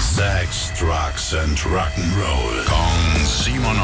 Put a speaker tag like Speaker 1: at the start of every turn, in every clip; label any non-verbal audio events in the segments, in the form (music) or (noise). Speaker 1: Sex, Drugs and Rock'n'Roll. Kong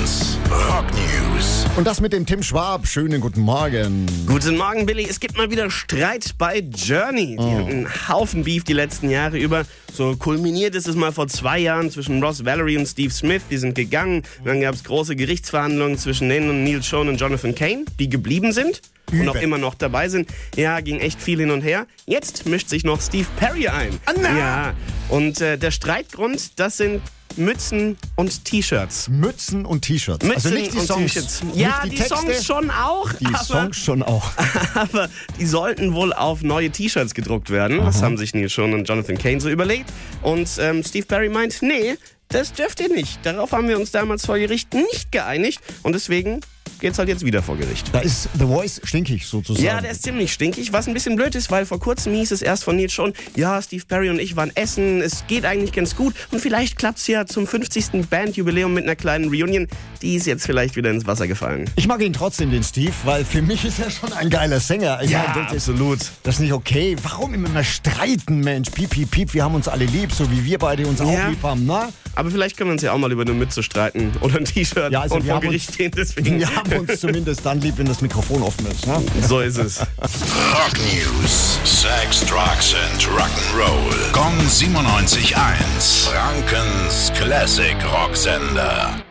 Speaker 1: 97.1. Rock News.
Speaker 2: Und das mit dem Tim Schwab. Schönen guten Morgen.
Speaker 3: Guten Morgen, Billy. Es gibt mal wieder Streit bei Journey. Die
Speaker 2: Oh.
Speaker 3: hatten einen Haufen Beef die letzten Jahre über. So kulminiert ist es mal vor zwei Jahren zwischen Ross Valerie und Steve Smith. Die sind gegangen. Dann gab es große Gerichtsverhandlungen zwischen denen und Neil Schon und Jonathan Kane, die geblieben sind. Und auch
Speaker 2: Übel.
Speaker 3: immer noch dabei sind. Ja, ging echt viel hin und her. Jetzt mischt sich noch Steve Perry ein.
Speaker 2: Ah, na.
Speaker 3: Ja. Und äh, der Streitgrund, das sind Mützen und T-Shirts.
Speaker 2: Mützen und T-Shirts.
Speaker 3: Mützen
Speaker 2: Also nicht die
Speaker 3: und
Speaker 2: Songs.
Speaker 3: T-Shirts.
Speaker 2: nicht
Speaker 3: Ja,
Speaker 2: die,
Speaker 3: die,
Speaker 2: Texte,
Speaker 3: Songs schon auch.
Speaker 2: Die
Speaker 3: aber
Speaker 2: Songs schon auch.
Speaker 3: aber die sollten wohl auf neue T-Shirts gedruckt werden. Das haben sich Neil Schon und Jonathan Kane so überlegt. Und ähm, Steve Barry meint, nee, das dürft ihr nicht. Darauf haben wir uns damals vor Gericht nicht geeinigt. Und deswegen geht's halt jetzt wieder vor Gericht.
Speaker 2: Da ist The Voice stinkig sozusagen.
Speaker 3: Ja, der ist ziemlich stinkig, was ein bisschen blöd ist, weil vor kurzem hieß es erst von Neil schon, ja, Steve Perry und ich waren essen, es geht eigentlich ganz gut und vielleicht klappt's ja zum 50. Bandjubiläum mit einer kleinen Reunion. Die ist jetzt vielleicht wieder ins Wasser gefallen.
Speaker 2: ich mag ihn trotzdem, den Steve, weil für mich ist er schon ein geiler Sänger. Ich meine, das ist-
Speaker 3: absolut.
Speaker 2: Das ist nicht okay. Warum immer streiten, Mensch? Piep, piep, piep. Wir haben uns alle lieb, so wie wir beide uns
Speaker 3: Ja.
Speaker 2: auch lieb haben,
Speaker 3: (laughs)
Speaker 2: ne?
Speaker 3: Aber vielleicht können wir uns ja auch mal über eine Mütze streiten oder ein T-Shirt
Speaker 2: Ja, also
Speaker 3: und
Speaker 2: wir
Speaker 3: vor
Speaker 2: haben
Speaker 3: Gericht
Speaker 2: uns-
Speaker 3: gehen. Deswegen.
Speaker 2: Wir haben uns zumindest dann lieb, wenn das Mikrofon offen ist, ne?
Speaker 3: so ist es.
Speaker 1: Rock News. Sex, Drugs and Rock'n'Roll. Kong 97.1. Frankens Classic Rocksender.